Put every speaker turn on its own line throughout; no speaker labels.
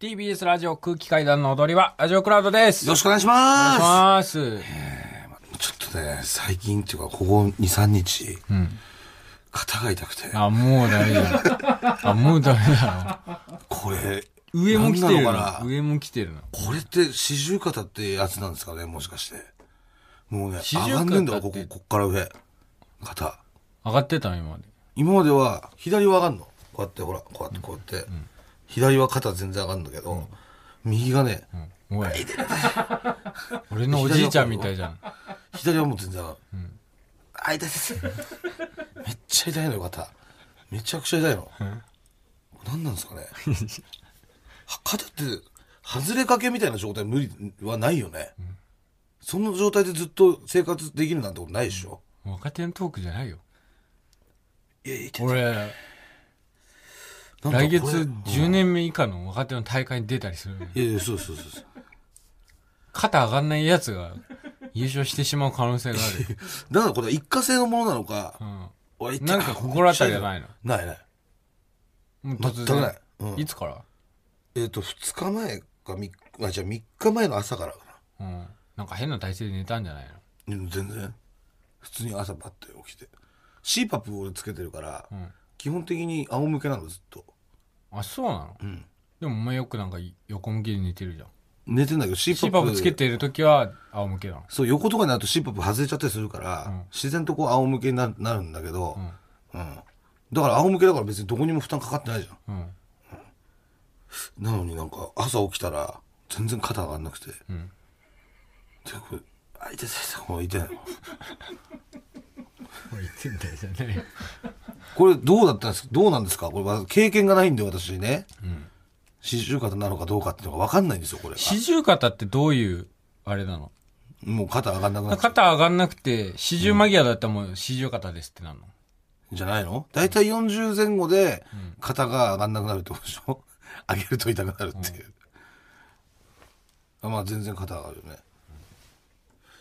TBS ラジオ空気階段の踊りは、ラジオクラウドです。
よろ
し
しくお願いします
ます。
ちょっとね、最近っていうか、ここ2、3日、肩が痛くて、
あ、もうダメ だ。あ、もうダメだ。
これ、
上も来てる
な
の
んなのかな
上も来てるの。
これって四十肩ってやつなんですかね、もしかして。もうね、
四十
上
肩
がんねえんだわ、こ
って
こ、こっから上。肩。
上がってたの今まで。
今までは、左は上がんの。こうやって、ほら、こうやって、こうやって。左は肩全然上がんだけど、右がね、
うんおい。俺のおじいちゃんみたいじゃん。
左はもう全然上がん。あ、痛いです。めっちゃ痛いのよ、肩。めちゃくちゃ痛いの。何なんですかね。は肩って、外れかけみたいな状態無理はないよね。その状態でずっと生活できるなんてことないでしょ。
若手のトークじゃないよ。
いやいやちょ
俺、
なんだ
来月
これ
10年目以下の若手の大会に出たりする。
いやいや、そうそうそうそう。
肩上がんないやつが優勝してしまう可能性があ る。
だからこれは一過性のものなのか、俺
なんか心当たりがないの。
ないない。
うん。もう突
全くない
然。
うん
いつから
えっと、二日前か三日、あ、じゃあ3日前の朝からか
うん。なんか変な体勢で寝たんじゃないの
な。うん全然。普通に朝バッて起きて。CPAP を俺つけてるから、
ん
基本的に仰向けなのずっと。
あ、そうなの
うん。
でもお前よくなんか横向きで寝てるじゃん。
寝てんだけど CPAP。
シーパブつけてる時は仰向けなの。
そう、横とかになると CPAP 外れちゃったりするから、自然とこう仰向けになるなるんだけど、うん。だから仰向けだから別にどこにも負担かかってないじゃん。
うん。
なのになんか朝起きたら全然肩上がんなくて。
ん
でこれ、あ、痛い痛い痛い、もう痛いの。
これ言ってんだよじゃないよ。
これどうだったんですかどうなんですかこれは経験がないんで私ね。四十肩なのかどうかっていうのが分かんないんですよ、これが。
四十肩ってどういう、あれなの
もう肩上がんなくなっちゃう
肩上がんなくて、四十間際だったらもう四十肩ですってなるの。
じゃないのだいたい40前後で肩が上がんなくなるってことでし ょ上げると痛くなるっていう。あまあ全然肩上がるよね。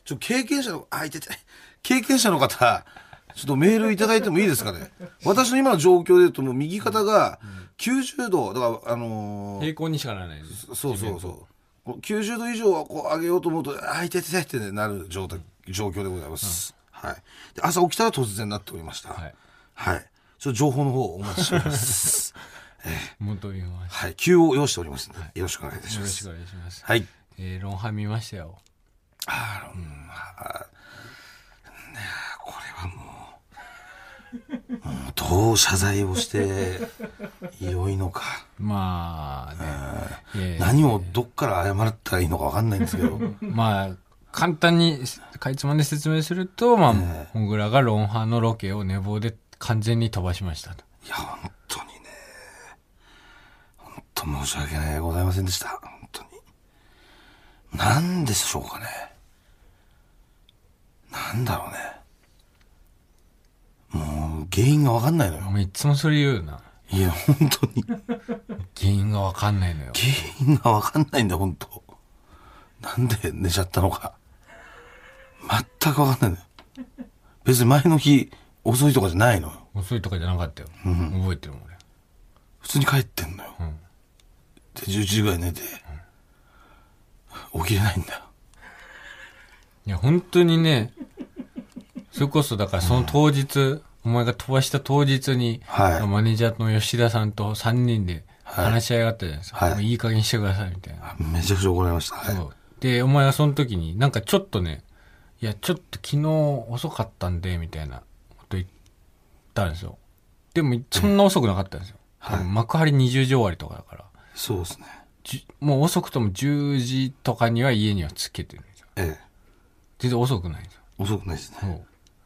ちょ、経験者の、あ、痛い痛い。経験者の方、ちょっとメールいただいてもいいですかね。私の今の状況で言うともう右肩が90度、だからあのー
平行にしかならないのね。
そうそうそう。こう90度以上はこう上げようと思うと、あ、痛い痛い痛いってなる状態、状況でございます。はい。で、朝起きたら突然なっておりました。
はい。
はい。ちょっと情報の方お待ちしてお ります。
元言います。
はい。急を要しておりますので、よろしくお願いいたし
よ
ま
ろ
す。
しくお願いします。
はい。
えー、ロンハー見ましたよ。
あー、うん、あーねえこれはもう、もうどう謝罪 をして良いのか。
まあね。いやいや
何をどっから謝ったらいいのかわかんないんですけど。
まあ、簡単に、かいつまんで説明すると、まあ、モグラがロンハーのロケを寝坊で完全に飛ばしましたと。
いや、本当にね。本当申し訳ないございませんでした。本当に。なんでしょうかね。なんだろうね。もう、原因がわかんないの
お
よ。
前いつもそれ言うな。
いや、本当に。原
原因がわかんないのよ。
因がわかんないんだ、本当なんで寝ちゃったのか。全くわかんないのよ。別に前の日、遅いとかじゃないのよ。
遅いとかじゃなかったよ。覚えてるもん俺。
普通に帰ってんのよ、
ん
で11時ぐらい寝て、起きれないんだよ
いや、本当にね、それこそだからその当日、お前が飛ばした当日に、
はい
マネージャーの吉田さんと3人で
はい
話し合いがあったじゃないですか。
はい
もういい加減にしてくださいみたいな。
めちゃくちゃ怒られました、はい
そうで、お前はその時に、なんかちょっとね、いや、ちょっと昨日遅かったんで、みたいなこと言ったんですよ。でも、そんな遅くなかったんですよ。多分幕張20時終わりとかだから、
そうですね
じゅもう遅くとも10時とかには家にはつけてるんですよ。
ええ
全然遅くないんですよ。
遅くないですね
そう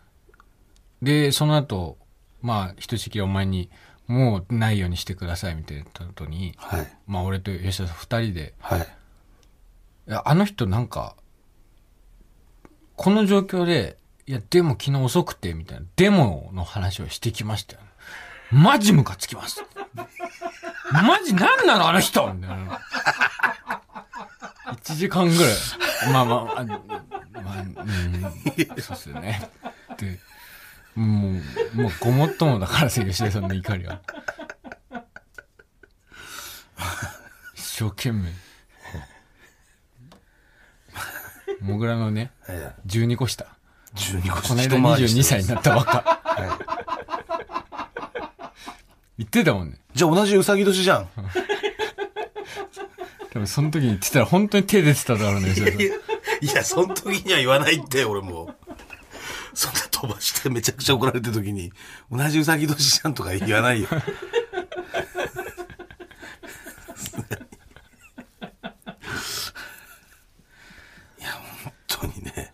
で、その後、まあ、ひとしきりお前に、もうないようにしてください、みたいなことに、
はい
まあ、俺と吉田さん二人で、
はい
いや、あの人なんか、この状況で、いや、でも昨日遅くて、みたいな、デモの話をしてきましたよ。マジムカつきます。マジなんなのあの人みたいな。1時間ぐらい。まあまあ、あまあ、うん、そうっすよね。で、もう、もうごもっともだからさ、吉田さんの怒りは。生懸命。もぐらのね、
はいはい
12個下。
12個
この間
一回りし
22
てる
歳になったばっ か。
は
言ってたもんね。
いじゃあ同じうさぎ年じゃん。
多分その時に言ってたら本当に手出てただろうね。それ
いや、いやその時には言わないって、俺も。そんな飛ばしてめちゃくちゃ怒られてる時に、同じうさぎ年じゃんとか言わないよ。いや、本当にね。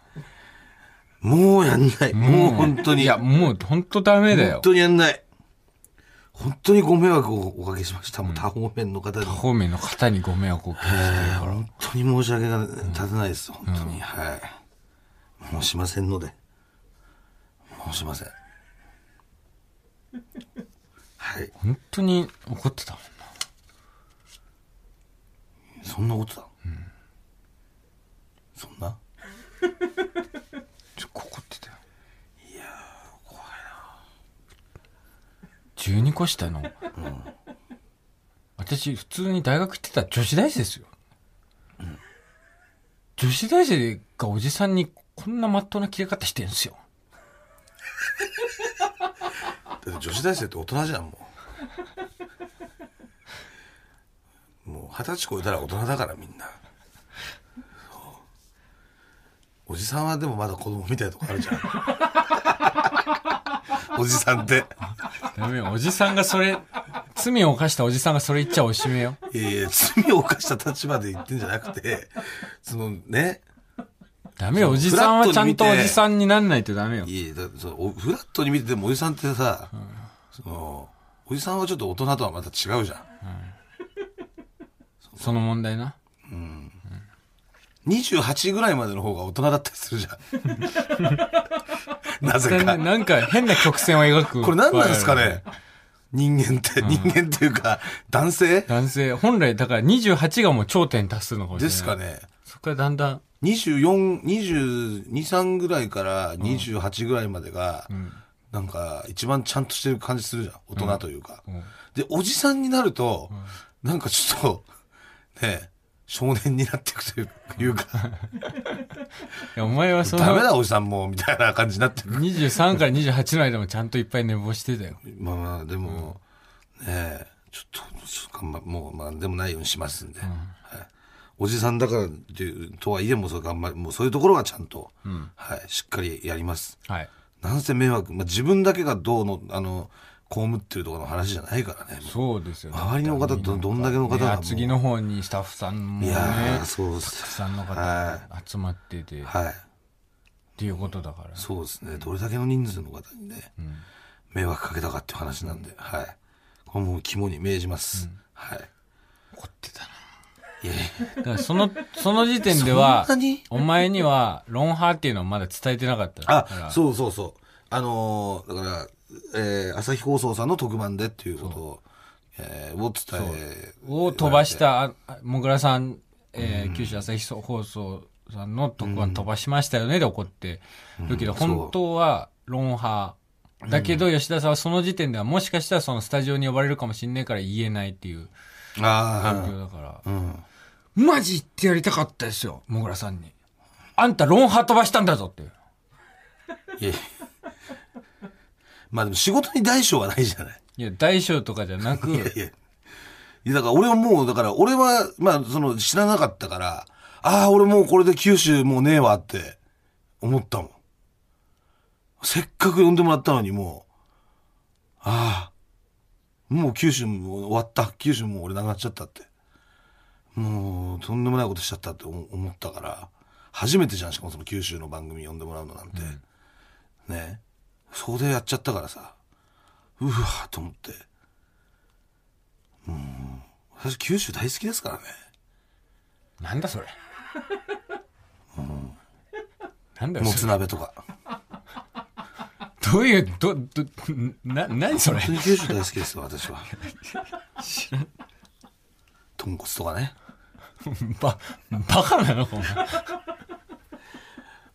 もうやんない。もう本当に。
いや、もう本当ダメだよ
本。当にやんない。本当にご迷惑をおかけしました。もう多方面の方に。
方面の方にご迷惑をおかけしてるから。
本当に申し訳が立てないです、本当に、はいもうしませんのでもうしませんはい
本当に怒ってたもんな。
そんなことだ、そんな
ちょっと怒ってたよ。いやー、怖いな。12個下の。私、普通に大学行ってた女子大生ですよ。女子大生がおじさんにこんなまっとうな切れ方してんすよ。
だって女子大生って大人じゃんもうもう二十歳超えたら大人だからみんなそうおじさんはでもまだ子供みたいなとこあるじゃんおじさんって
ダメよ、おじさんがそれ、罪を犯したおじさんがそれ言っちゃおしめよ。
いやいや、罪を犯した立場で言ってんじゃなくて、そのね、
ダメよ、おじさんはちゃんと
フ
お
ラットに見て
じさんになんないとダメよ。
いやだそのおフラットに見ててもおじさんってさ、その、おじさんはちょっと大人とはまた違うじゃん。
その問題な。
28ぐらいまでの方が大人だったりするじゃん。 なぜか。
なんか変な曲線を描く。
これ何なんですかね人間って、人間っていうか、男性
男性、本来だから28がもう頂点に達するのかもしれ
で
ない。
すかね。
そこからだんだん、
24、22、3ぐらいから28ぐらいまでが、なんか一番ちゃんとしてる感じするじゃん。大人というか。
うん
で、おじさんになると、なんかちょっと、 ね、少年になっていくといういうか、
いやお前はそ
ダメ
の、
だおじさんも、みたいな感じになってくる。
23から28の間もちゃんといっぱい寝坊してたよ。
まあまあ、でも、ねちょっと、ちょっと頑張もう、まあ、でもないようにしますんで。はいおじさんだからっていうとはいえもうそう頑張りもうそういうところはちゃんと、はい、しっかりやります。
はい。
なんせ迷惑、まあ、自分だけがどうの、あの、被ってるとかの話じゃないからね。
そうですよね。
周りの方ど、どんだけの方
い
が
や
もう
次の方にスタッフさんも
い
ね、
やー、
ス
そ
タッ
うで
フ
す。
さんの方が集まってて、っ
はい。
ていうことだから。
そうですね。どれだけの人数の方にね、迷惑かけたかっていう話なんで、はい。これもう肝に銘じます。はい。
怒ってたな。
いやい
だからその、その時点では
そんなに、
お前には、ロン派っていうのをまだ伝えてなかった。だか
や、あ、
ら
そうそうそう。あのーだから、えー朝日放送さんの特番でっていうことを、えー、を伝え、
を飛ばした、ああもぐらさん、えー九州朝日放送さんの特番飛ばしましたよねで怒ってるけど、
そう
本当は論派。だけど、吉田さんはその時点では、もしかしたらそのスタジオに呼ばれるかもしんないから言えないっていう状
あ
況だから
あ、、うん。
マジ言ってやりたかったですよ、もぐらさんに。あんた論派飛ばしたんだぞっていう。
いやいや まあでも仕事に大小はないじゃない。
いや、大小とかじゃなく、
いやいや、だから俺はもう、だから俺は、まあその知らなかったから、ああ、俺もうこれで九州もうねえわって思ったもん。せっかく呼んでもらったのにもう、ああ、もう九州も終わった。九州もう俺なくなっちゃったって。もうとんでもないことしちゃったって思思ったから、初めてじゃん、しかもその九州の番組呼んでもらうのなんて。ねそこでやっちゃったからさ、うわーと思って。私九州大好きですからね。
なんだそ れ。なんだよ
も
そ
つ
れ。
鍋とか。
どういう、ど、ど、な、何それ
本当。に九州大好きですよ、私は。豚骨とかね。
ば、バカなのお前。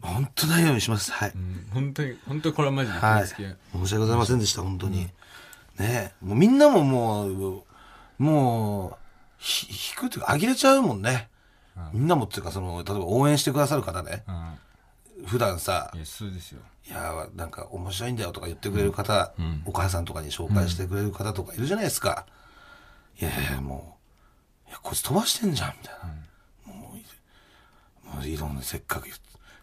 本当ないようにします。はい。
本当に、本当にこれはマジで
はい。
好きや。
申し訳ございませんでした、本当に。ねえ。もうみんなももう、もう、ひ引くっていうか、あきれちゃうもんね。みんなもっていうか、その、例えば応援してくださる方ね。
うん。
普段さ
い、や、そうですよ。
いやー、なんか面白いんだよとか言ってくれる方、お母さんとかに紹介してくれる方とかいるじゃないですか。いやいや、もう、いや、こいつ飛ばしてんじゃん、みたいな。もういもういろんな、せっかく言っ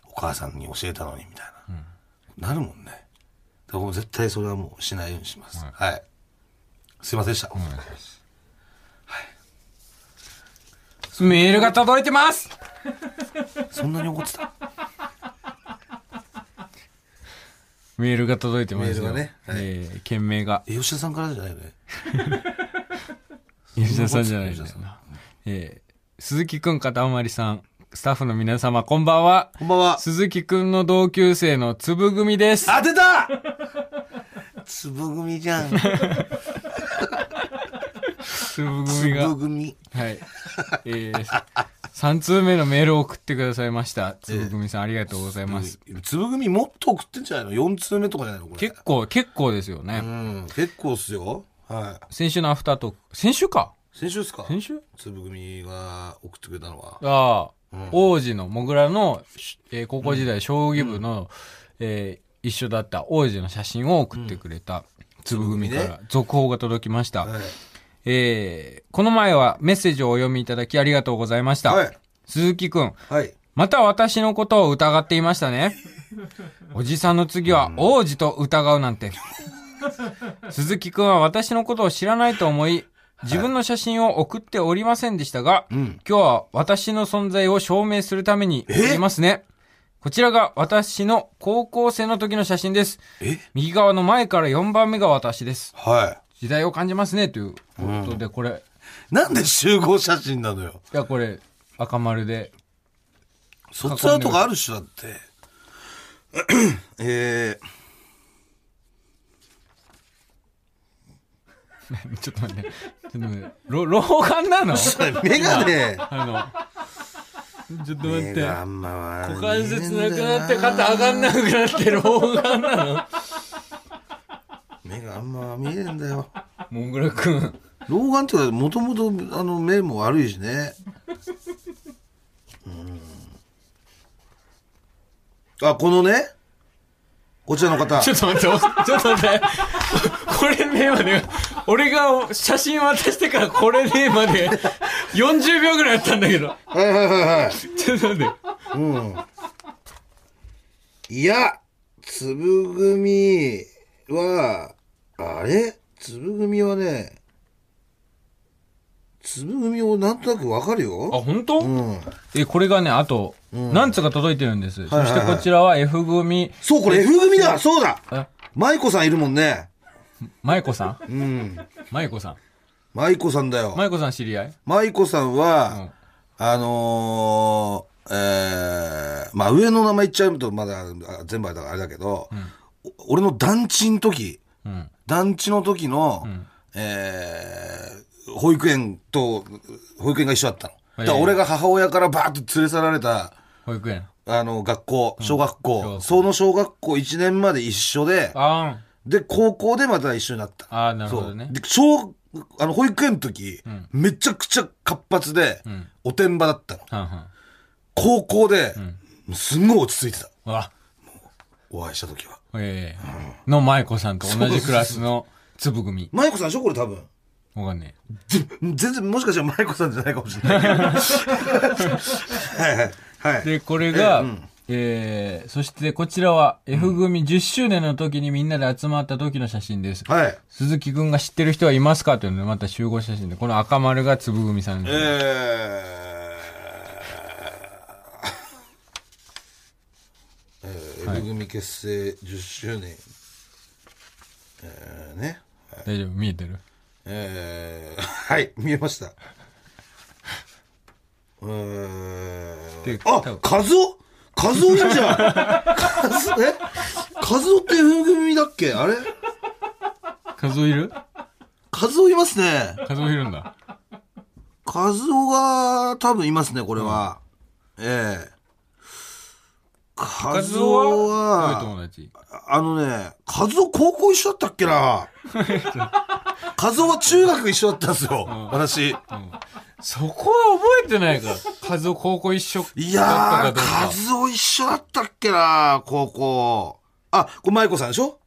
お母さんに教えたのに、みたいな。なるもんね。だからもう絶対それはもうしないようにします。
はい
はい。すいませんでした。
お願いします。はい。メールが届いてます
そんなに怒ってた。
メールが届いてますよ。
メールがねはい
えー、件名が。
え吉田さんからじゃないよね。
吉田さんじゃないんだよな。えー、鈴木くん、片まりさん、スタッフの皆様、こんばんは。
こんばんは。
鈴木くんの同級生の粒組です。
当てた 粒組じゃん。
粒組が。
粒組。
はい。えー、3通目のメールを送ってくださいました。粒組さん、ありがとうございます。
粒組もっと送ってんじゃないの ?4 通目とかじゃないのこれ。
結構、結構ですよね。
うん、結構っすよ。は
先週のアフタートーク。先週か
い。先週っすか
先週
粒組が送ってくれたのは。
ああ、
うん
王子の、もぐらの、しえー高校時代、将棋部の、えー一緒だった王子の写真を送ってくれた、つぶ組から、続報が届きました。
はい。
えーこの前はメッセージをお読みいただきありがとうございました。
はい
鈴木くん、
はい。
また私のことを疑っていました ね。おじさんの次は王子と疑うなんて。鈴木くんは私のことを知らないと思い、自分の写真を送っておりませんでしたが、
うん。
今日は私の存在を証明するために言いますね。こちらが私の高校生の時の写真です。
え
右側の前から4番目が私です。
は
時代を感じますね、ということで、これ、
い。なんで集合写真なのよ。
いや、これ、赤丸で。
卒アルとかあるっしょだって。え
ちょっと待って、ちょっと待って、ろ老眼なのちょっ
ー、メガネ。
あの、ち ょっと待
目
って、
があんま悪い
股
ね
関節なくなって肩上がんなくなって老眼なの
目があんま見えねえんだよ。
もぐらくん。
老眼っていうか、もともと、あの、目も悪いしね。うん。あ、このね、こちらの方。
ちょっと待って、おちょっと待って。これね、まで、俺が写真渡してからこれね、まで、40秒ぐらいやったんだけど。
はいはいはいはい。
ちょっと待って。
いや、粒組は、あれ粒組はね、粒組をなんとなくわかる
あ、
よ。
本当、
うん。
え、これがね、あと、何つか届いてるんです。
はいはい
そしてこちらは F 組、
そう、これ F 組だそうだ
え
舞子さんいるもんね。
舞子さん
うん。
舞子さん。
舞子さんだよ。
舞子さん知り合い
舞子さんは、あのー、えー、まあ上の名前言っちゃうとまだあ全部あれだあれだけど、お俺の団地の時、
うん。
団地の時の、えー保育園と、保育園が一緒だったの。だから俺が母親からバーッと連れ去られた、
保育園。
あの、学校、小学校、
小学校
その小学校1年まで一緒で、
あ
で、高校でまた一緒になった。
あーなるほどね
そうで、小、あの、保育園の時、めちゃくちゃ活発で、
ん
おてんばだったの。
ーん。はんはん。
高校で、すんごい落ち着いてた。
うわ。
お会いした時は。
ええの舞子さんと同じクラスの粒組。
舞子さんでしょこれ多分。
わかんね
ぜ全然、もしかしたら舞子さんじゃないかもしれないけど。はいはい。は
え。
い。
で、これが、えーそしてこちらは F 組10周年の時にみんなで集まった時の写真です。
はい。
鈴木くんが知ってる人はいますかというので、また集合写真で、この赤丸が粒組さん
え
です。
ー。えー、F 組結成10周年。えー、ね。
大丈夫見えてる
えー、 はい、見えました。えー
で、
あ
多分、
カズオカズオいるじゃんカズ、えカズオって F 組だっけあれ
数えいる
カズオいますね。
数えいるんだ。
カズオが多分いますね、これは。ええカ
カ
ズ
ズ
オ
オはどういう
は、
友達
あのね、カズオ高校一緒だったっ けなカズオは中学一緒だったんですよ、私。
そこは覚えてないから。カズオ高校一緒だ
い
った
や
かどう
ー、
か
カ。ズオ一緒だったっけな高校。あ、これ舞子さんでしょ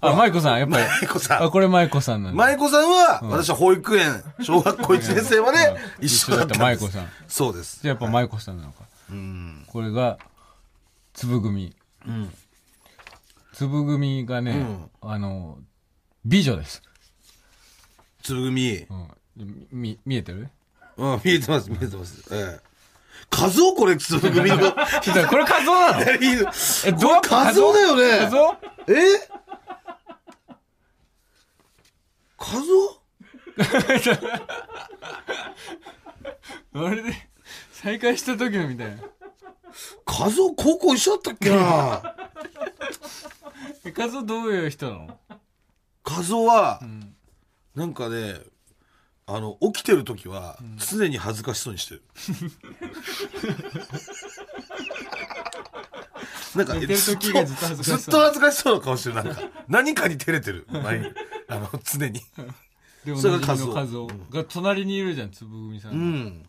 あ、舞子さん、やっぱり。
舞子さん
あ、。これ舞子さんなんだ。
舞子さんは、私は保育園、小学校1年生まで
うん
一緒だったんです。
舞子さん。
そうです。
じゃあやっぱ舞子さんなのか。
うん。
これが、粒組。
うん。
粒組がね、
うん
あの、美女です。
つぶ組。
うん。みみ、見えて る
うん、見えてます、見えてます。ええ。カズオこれ、つぶ 組の。
ちょっとこれカズオなの え、どう
カズオだよね
カズ オ
えカズオ
あれで、再会した時のみたいな。
カズオ高校一緒だったっ けな
え、カズオどういう人なの
カズオは
う、ん。
なんかね、あの、起きてる時は、常に恥ずかしそうにしてる。なんか、
寝てる時がずっと恥ずかしそう
ずっと恥ずかしそうな顔してる。なんか、何かに照れてる。前にあの、常に。
で、お
それ
な
が
じみ
カズオ
のカズオが隣にいるじゃん、粒組さん。
う。ん。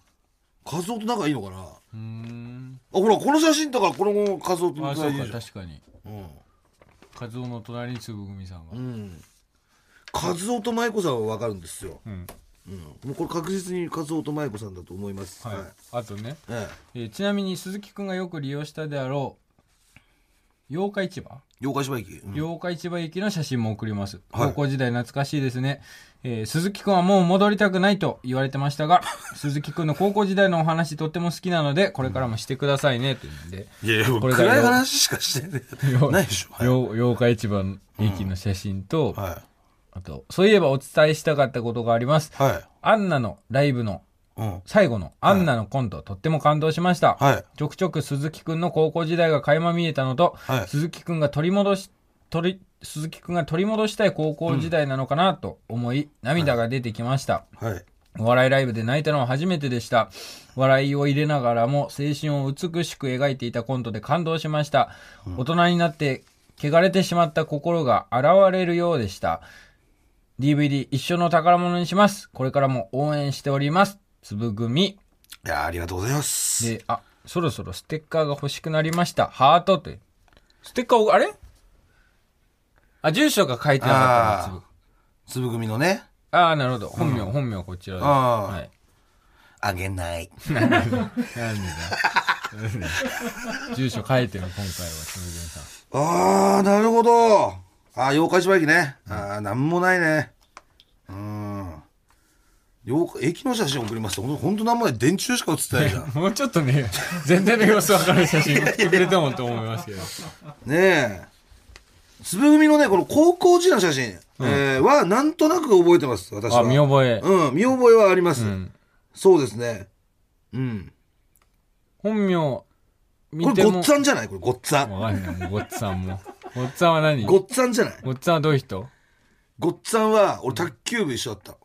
カズオと仲いいのかなあ、
うーん。
ほら、この写真とか、このカズオと
あ、
仲
そ
いういじゃ
か、
ん。
確かに。
うん。
カズオの隣に粒組さんが
う。ん。カズオと舞子さんはわかるんですよ。
うん。
うん。もうこれ確実にカズオと舞子さんだと思います。
はい。あとね、
ええ。
えーちなみに鈴木くんがよく利用したであろう、八日市場
妖怪芝駅。うん
八日市場駅の写真も送ります。
はい
高校時代懐かしいですね。えー鈴木くんはもう戻りたくないと言われてました が、鈴木くんの高校時代のお話とっても好きなので、これからもしてくださいね、というんで。
いやいや、もう
これがよ
暗い話しかしてね
よ
ないでしょ。はい。
よ八日市場駅の写真と、
は
あと、そういえばお伝えしたかったことがあります。
い。はい。
アンナのライブの
うん。
最後のアンナのコント、とっても感動しました。
はい。
ちょくちょく鈴木くんの高校時代が垣間見えたのと、
はい
鈴木くんが取り戻し、取り、鈴木くんが取り戻したい高校時代なのかなと思い、涙が出てきました。
はい。
お笑いライブで泣いたのは初めてでした。笑いを入れながらも青春を美しく描いていたコントで感動しました。大人になって汚れてしまった心が現れるようでした。DVD 一緒の宝物にします。これからも応援しております。つぶぐみ。
いや、ありがとうございます。
で、あ、そろそろステッカーが欲しくなりました。ハートという。ステッカーを、あれあ、住所が書いてなかった
あ
の
ー。つぶ組のね、
ああー、なるほど。本名、本名こちらです。
ああ
はい。
あげない。
なんでだよ住所書いてる、今回は、つむぐみさん。
あー、なるほど。あー、妖怪芝駅ね。あー、なんもないね。うん。妖怪、駅の写真送りますほんと、ほんとなんもない。電柱しか写 ってないじゃん。ね
もうちょっとね、全体の様子わかる写真送ってくれてもと思いますけど。
え。つぶ組のね、この高校時代の写真、えーは、なんとなく覚えてます、私は。
あ、見覚え。
うん、見覚えはあります。
うん。
そうですね。うん。
本名、
こ
見て
れ、
も。
ごっつぁんじゃないこれ、ごっつぁん。
わかんないもうごっつさんも。ごっつさんは何
ご
ご
っつぁんじゃない
っつさんはどういう人
ごっつぁんは、俺、卓球部一緒だったの。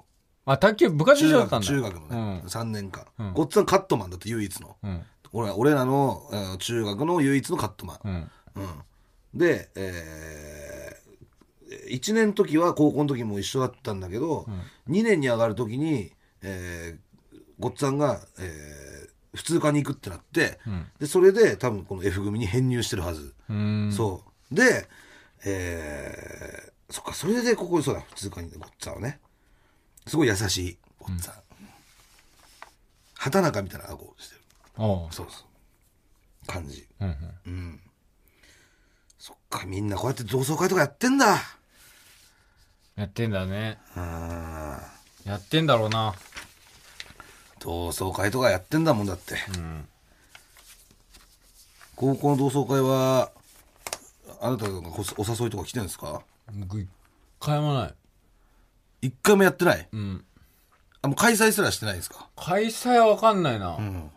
あ、卓球部活一
中
緒だったん
学、
だ。
中学の
う
ね、
ん
3年間
うん。
ごっつぁんカットマンだって、唯一の。
うん。
俺ら俺らの、えー中学の唯一のカットマン
う。ん。
うん、で、え1年の時は高校の時も一緒だったんだけど、2年に上がる時に、えーごっつぁんが、えー普通科に行くってなって、
ん
でそれで多分この F 組に編入してるはず、
うーん。
そうで、えーそっかそれでここそうだ普通科にごっつぁんはねすごい優しいごっつぁん、畑中みたいな顎してる
おう。
そうそう感じ
うんうん。
うん。そっか、みんなこうやって同窓会とかやってんだ。
やってんだね。
あ
やってんだろうな。
ー同窓会とかやってんだもんだって。
うん。
高校の同窓会は、あなたがおお誘いとか来てるんですか
僕、一回もない。
一回もやってない。
うん。
あ、もう開催すらしてないんですか
開催はわかんないな。
うん。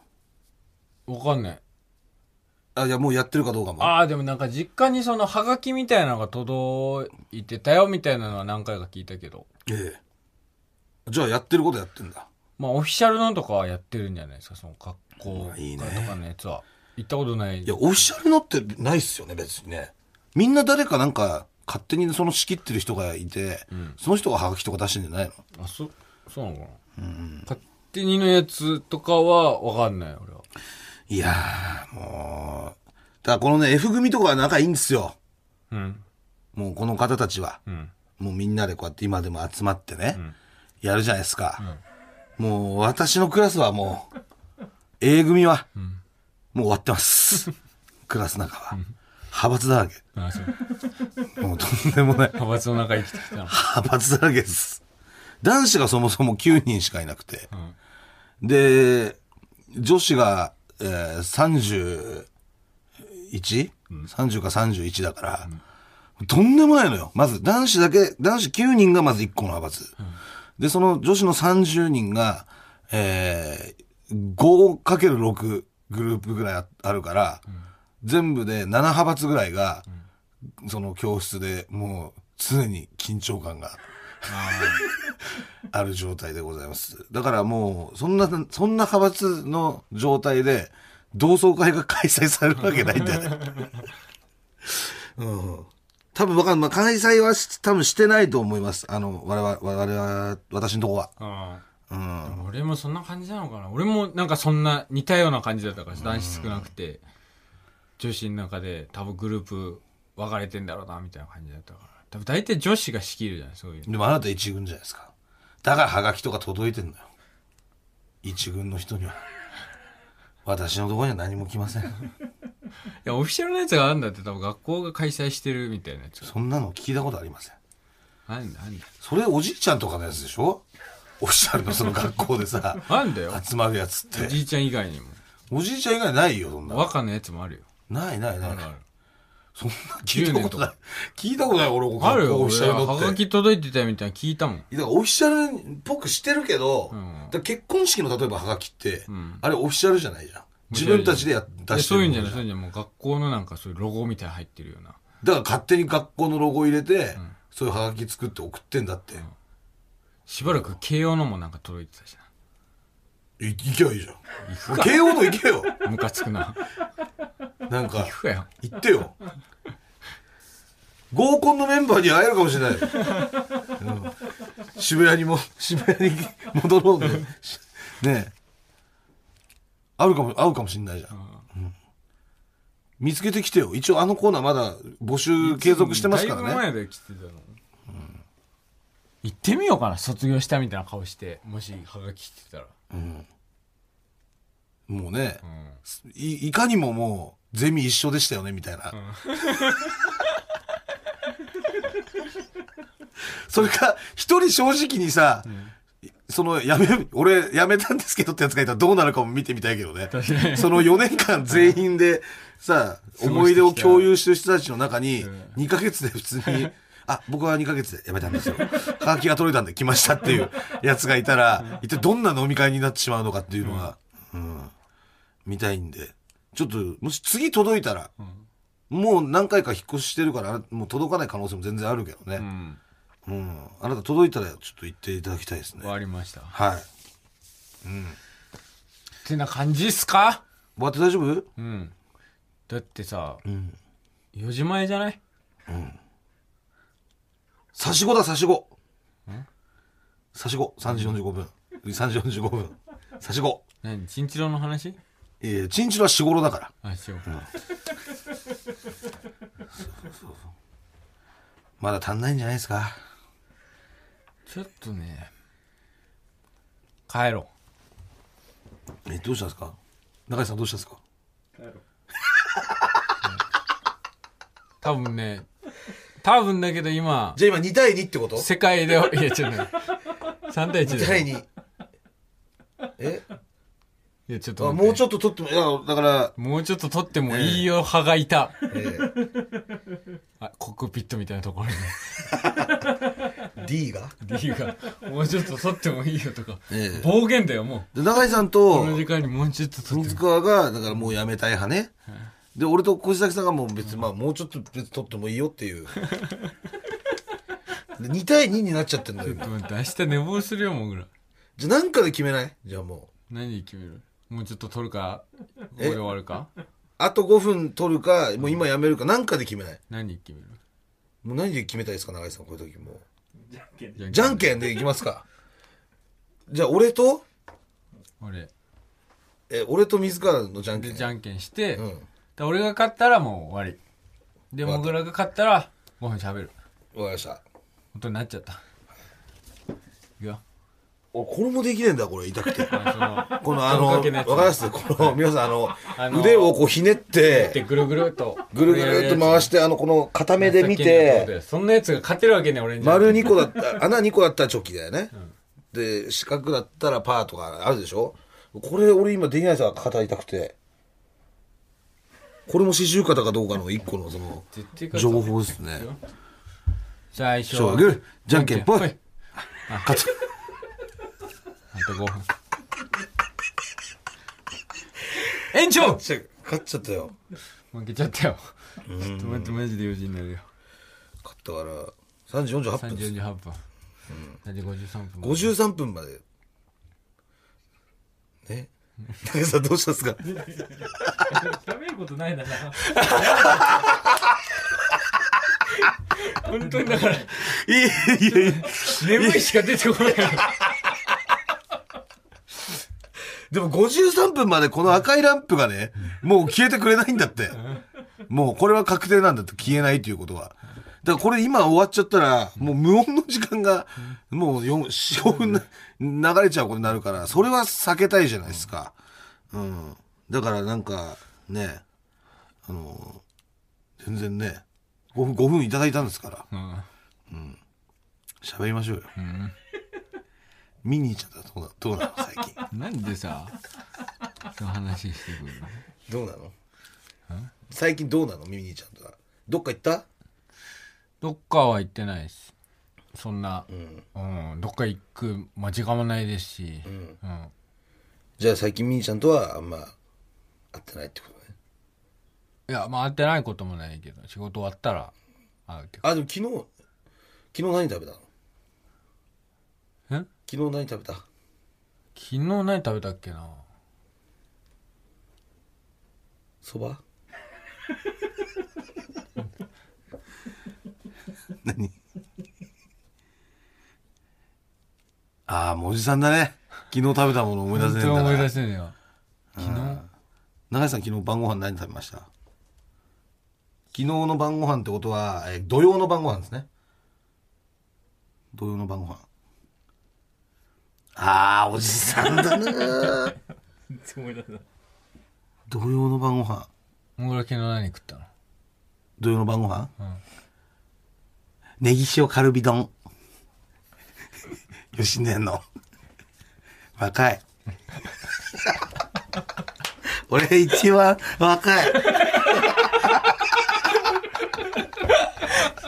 わかんない。
あ、いや、もうやってるかどうかも。
ああ、でもなんか実家にそのハガキみたいなのが届いてたよみたいなのは何回か聞いたけど。
ええ。じゃあやってることやってんだ。
まあオフィシャルのとかはやってるんじゃないですか、その格好
いいね
とかのやつは。行ったことない
いや、オフィシャルのってないっすよね、別にね。みんな誰かなんか、勝手にその仕切ってる人がいて、その人がハガキとか出してんじゃないの
あそそうなのかな、勝手にのやつとかは分かんない俺はい
やー、もう。ただこのね、F 組とかは仲いいんですよ。
うん
もうこの方たちは。
うん
もうみんなでこうやって今でも集まってね、やるじゃないですか。もう私のクラスはもう、A 組は、もう終わって ます。クラス中は。派閥だらけ。
あそう
もうとんでもない。
派閥の中生きてきたの
派閥だらけです。男子がそもそも9人しかいなくて。
ん
で、女子が、えー、31?30、30か31だから、とんでもないのよ。まず男子だけ、男子9人がまず1個の派閥。で、その女子の30人が、えー、5×6 グループぐらいああるから、全部で7派閥ぐらいが、その教室でもう常に緊張感がある状態でございます。だからもう、そんな、そんな派閥の状態で、同窓会が開催されるわけないんだよね。うん。多分わかんない。まあ、開催はし多分してないと思います。あの、我々、我々は、私のとこは。
ああ
うん。
俺もそんな感じなのかな俺もなんかそんな似たような感じだったから男子少なくて女子の中で多分グループ分かれてんだろうなみたいな感じだったから多分大体女子が仕切るじゃないそういう
でもあなた一軍じゃないですか。だからハガキとか届いてんのよ。一軍の人には。私のところには何も来ません。
いやオフィシャルのやつがあるんだって多分学校が開催してるみたいなやつが
そんなの聞いたことありません。
あんだあんだ
それおじいちゃんとかのやつでしょオフィシャルのその学校 でさ、
あんだよ
集まるやつっ
お
て。
じいちゃん以外にも
おじいちゃん以外ないよ、そんなの。
若のやつもあるよ
ないないない
ある。ある
そんな聞いたことない。聞いたことない、俺、学校
あるよ
オフィシャ
俺
ル
は
の
は
っ
が
て。
き届いてたよみたいなの聞いたもん
だからオフィシャルっぽくしてるけど、
うん
だから結婚式の例えばハガキって、
ん
あれオフィシャルじゃないじゃん。自分たちでや
いや
出して
そういうんじゃない
も
そういうんじゃないもう学校のなんかそういうロゴみたいなの入ってるような
だから勝手に学校のロゴ入れて、そういうハガキ作って送ってんだって。
しばらく慶応のもなんか届いてたし
い行けばいいじゃ
な行
ん。
くか
慶応の行けよ。
ムカつくな
なんか
行、くかよ
行ってよ。合コンのメンバーに会えるかもしれない。うん渋谷にも、渋谷に戻ろうね。しねえ。会うかも、会うかもしれないじゃん。うん見つけてきてよ。一応あのコーナーまだ募集継続してますか
だいぶ
らね。
前で来てたの、行ってみようかな卒業したみたいな顔してもしハガキ来てたら、
もうね
う、ん、
いいかにももうゼミ一緒でしたよねみたいな、 それか一人正直にさ、そのやめ俺辞めたんですけどってやつがいたらどうなるかも見てみたいけどね
確かに
その4年間全員でさ思い出を共有してる人たちの中に
うん
2ヶ月で普通に「あ僕は2ヶ月で辞めたんですよ」「ハガキが取れたんで来ました」っていうやつがいたら一体どんな飲み会になってしまうのかっていうのが、うん、見たいんでちょっともし次届いたら、もう何回か引っ越ししてるからあれもう届かない可能性も全然あるけど
う
ね、
ん、
うんあなた届いたらちょっと行っていただきたいですね
終わりましたっ
はい
てな感じっすか
終わって大丈夫
うんだってさ
うん
4時前じゃない
差し子だ差し子差し子3時45分3時45分差し子
何チンチロの話
えー、チンチロは仕頃だから
あしようか
まだ足んないんじゃないですか
ちょっとね帰ろ
えどうしたんですか中井さんどうしたんですか
う多分ね多分だけど今
じゃあ今2対2ってこと
世界でいやちょっとね3対1
2
で
対2え
いやちょっと
あ
待って
もうちょっと取ってもいやだから、
もうちょっと取ってもいいよ派がいた
えー、
あコックピットみたいなところに
D が
D がもうちょっと取ってもいいよとか
ええ
暴言だよも
で中井さん
う
と
この時間にもうちょっと取っても
水川がだからもうやめたい派ねで俺と小石崎さんがもう別にまあもうちょっと別に取ってもいいよって いうで2対2になっちゃってんだよ
ち
今
ょっと待って明日寝坊するよもぐら
じゃあなんかで決めないじゃあも
何決めるもうちょっと取るかここ
え
で終わるか
うあと5分取るか、もう今やめるか、なんかで決めない。
何決める
もう何で決めたいですか、長井さん、こういう時も
じゃ
う。じゃんけんでいきますか。じゃあ、俺と、
俺。
え、俺と水川のじゃんけ
で、
ん。
じゃんけんして、
うん。
で俺が勝ったらもう終わり。で、
わか
も
った
ぐらが勝ったら5分喋る。
わかりました。
音になっちゃった。いくよ。
お、これもできねえんだ、これ、痛 くて。
あその、
この、あ
追っ
の、わ
か
か
けの
り
やつ
ますこの、皆さん、あの、
の
腕をこうひねっ
で、
て、
ぐるぐるっと。
ぐるぐるっと回して、あの、この、片目で見て、。
そんなやつが勝てるわけね、俺に。
丸2個だった、 穴2個だったらチョキだよね。で、四角だったらパーとかあるでしょこれ、俺今できないですよ、肩痛くて。これも四十肩かどうかの一個の、その、
絶対勝つ
情報ですね。
最初
そう、グー、じゃんけんぽい。勝つ。
あと5分。延長
勝っちゃったよ。
負けちゃったよ。ちょっと待って、マジで4時になるよ。
勝ったから、3時48
3
分です。
時48分。3時53分。
53分まで。ね。竹さんどうしたんですか
食べることないだな。
本当にだから、
いやいやいや
眠いしか出てこない。
でも53分までこの赤いランプがね、もう消えてくれないんだって。もうこれは確定なんだって消えないということは。だからこれ今終わっちゃったら、もう無音の時間が、もう4、4分な流れちゃうことになるから、それは避けたいじゃないですか。うん。だからなんか、ね、あの、全然ね、5分、5分いただいたんですから、
うん
喋りましょうよ。見に行っちゃったらどうなどうなの最近。
なんで さ、その話してくるの
どうなの最近どうなのミニーちゃんとかどっか行った
どっかは行ってないです。そんな、
ん
うん、どっか行く間違もないですし、
ん
うん
じゃあ最近ミニーちゃんとはあんま会ってないってことね
いや、まあ会ってないこともないけど、仕事終わったら会うってか。
あでも昨日昨日何食べたの
え昨
昨日何食べた
日何食べたっけな
そば 何ああもうおじさんだね昨日食べたもの思い出せ
全
ねえ
然
んだ
思い
な
出せねえよ。昨日
永井さん昨日晩ご飯何食べました昨日の晩ご飯ってことは、えー土曜の晩ご飯ですね土曜の晩ご飯あーおじさんだ な
思い出せない
土曜の晩ご飯
もぐら昨日何食ったの
土曜の晩ご飯、ネギ塩カルビ丼 吉野家の若い俺一番若い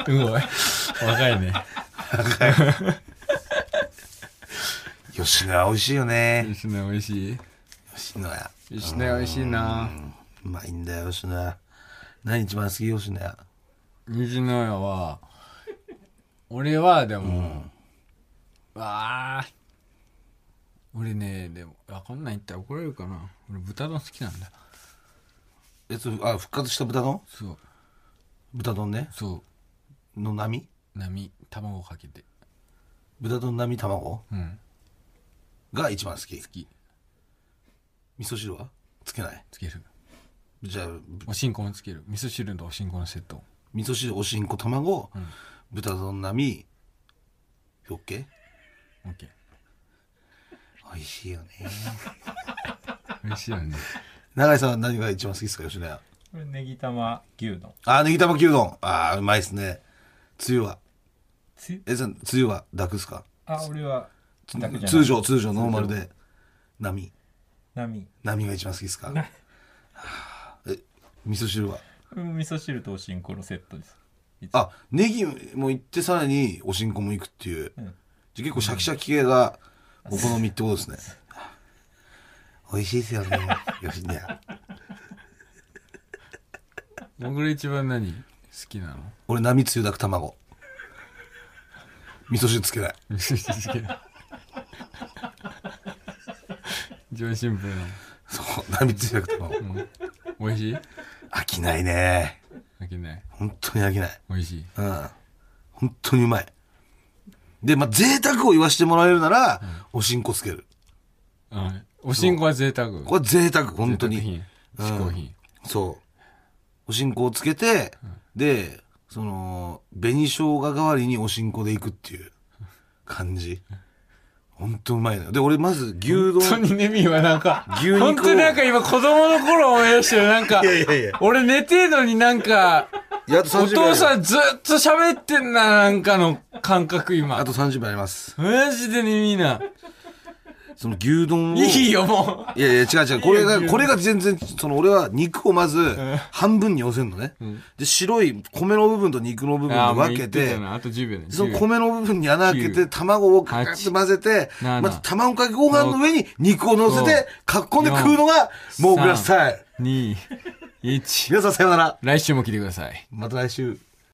すごい。若いね。
吉野家美味しいよね
吉野家美味しい
吉野家
吉野家美味しいな
うまいんだよ、吉野家。何一番好き、吉野家。
吉野家は、俺はでも、わあ俺ね、でも、あ、こんなん言ったら怒られるかな。俺豚丼好きなんだ。
えつ、あ、復活した豚丼
そう、
豚丼ね。
そ
の波
う、波、卵かけて。
豚丼並卵
うん、
が一番好き。
好き。
味噌汁はつけない。
つける。
じゃあ、
おしんこもつける。味噌汁とおしんこのセット。
味噌汁、おしんこ、卵、豚丼並、オッケ
オッケー。
ー美味しいよね。
美味しいよね。
永井さんは何が一番好きですか、吉野家。
これネギ玉牛丼。
あー、ネギ玉牛丼。あー、うまいっすね。つゆは。
つ
え、さん、つゆは抱くっすか
あ、俺は、自宅じゃない
通。常、通常、ノーマルで、波。
波。
何が一番好きですか、はあえ味噌汁は
うん味噌汁とおしんこのセットです。
あネギもいってさらにおしんこもいくっていう、
うん
じゃあ結構シャキシャキ系がお好みってことですね、美味しいですよね吉野家
僕ら一番何好きなの
俺波つゆだく卵味噌汁つけない
味噌汁つける。一番シンプルなの。
そう波つゆだく卵、
ん美味しい
飽きないね。
飽きない。
本当に飽きない。
美味しい。
うん。本当にうまい。で、まあ、贅沢を言わしてもらえるなら、おしんこつける。
うん。おしんこは贅沢。
これは贅沢、本当に。
贅沢品。嗜好品。
そう。おしんこをつけて、で、その、紅生姜代わりにおしんこでいくっていう感じ。本当うまいのよ。で、俺まず牛丼。
本当にね、みーはなんか、
牛肉を
本当になんか今子供の頃思い出してる。なんか、
いやいやいや
俺寝てるのになんか、
やっと
お
30秒
父さ
ん。
んずっと喋ってんな、なんかの感覚今
あ。と30秒あります。
マジでね、みーな。
その牛丼を。
いいよ、も
いやいや、違う違う。これ
いい
が、
よ
これが全然、その俺は肉をまず
ん、
半分に寄せるのね。で、白い米の部分と肉の部
う。
分
あー
を
もう
分
言
け
って
て
た、なあと10秒ね。
その
10秒
米の部分に穴開けて、卵をカカって混ぜて、
7
まず卵かけご飯の上に肉を乗せて、かっこんで食うのが、
四
モーグラスタイル。
2、1。
皆さんさようなら。
来週も来てください。
また来週。